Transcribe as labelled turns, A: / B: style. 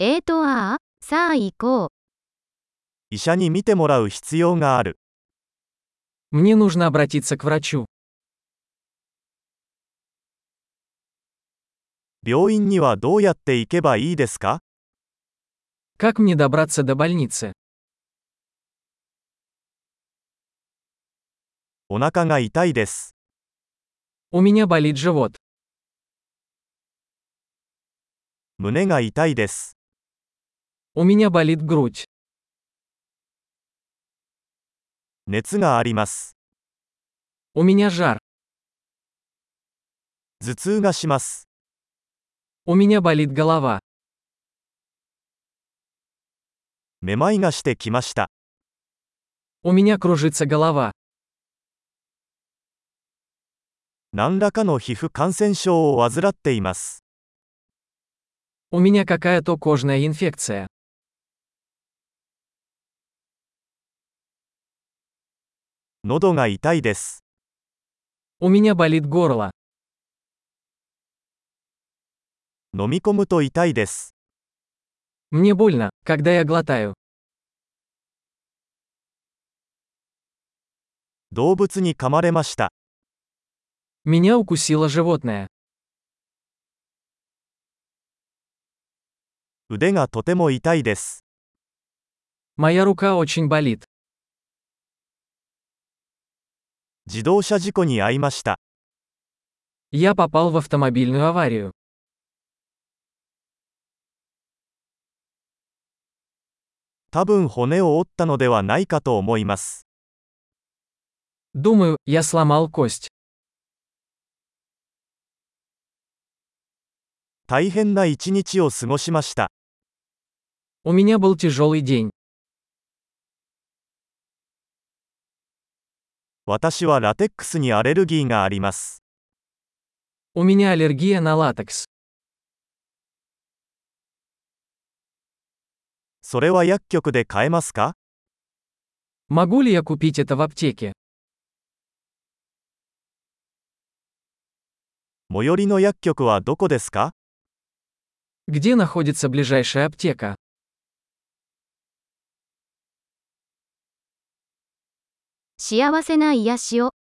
A: えーとああ、さあ行こう。
B: 医者に診てもらう必要がある。
C: Мне нужно обратиться к врачу.
B: 病院にはどうやって行けばいいですか
C: Как мне добраться до больницы?
B: お腹が痛いです。
C: У меня болит живот.
B: 胸が痛いです。
C: У меня болит грудь.
B: 熱があります。
C: У меня жар.
B: 頭痛がします。
C: У меня болит голова.
B: めまいがしてきました。
C: У меня кружится голова.
B: 何らかの皮膚感染症を患っています。
C: У меня какая-то кожная инфекция.
B: 喉が痛いです。
C: У меня болит горло.
B: 飲み込むと痛いです。
C: Мне больно, когда я глотаю.
B: 動物に噛まれました。
C: Меня укусило животное.
B: 腕がとても痛いです。
C: Моя рука очень болит.
B: 自動車事故に遭いました。
C: Я попал в автомобильную аварию.
B: 多分骨を折ったのではないかと思います。
C: Думаю, я сломал кость.
B: 大変な一日を過ごしました。
C: У меня был тяжелый день.
B: 私はラテックスにアレルギーがあります。
C: У меня аллергия на латекс.
B: それは薬局で買えますか
C: Могу ли я купить это в аптеке?
B: 最寄りの薬局はどこですか
C: Где находится ближайшая аптека?
A: 幸せな癒しを。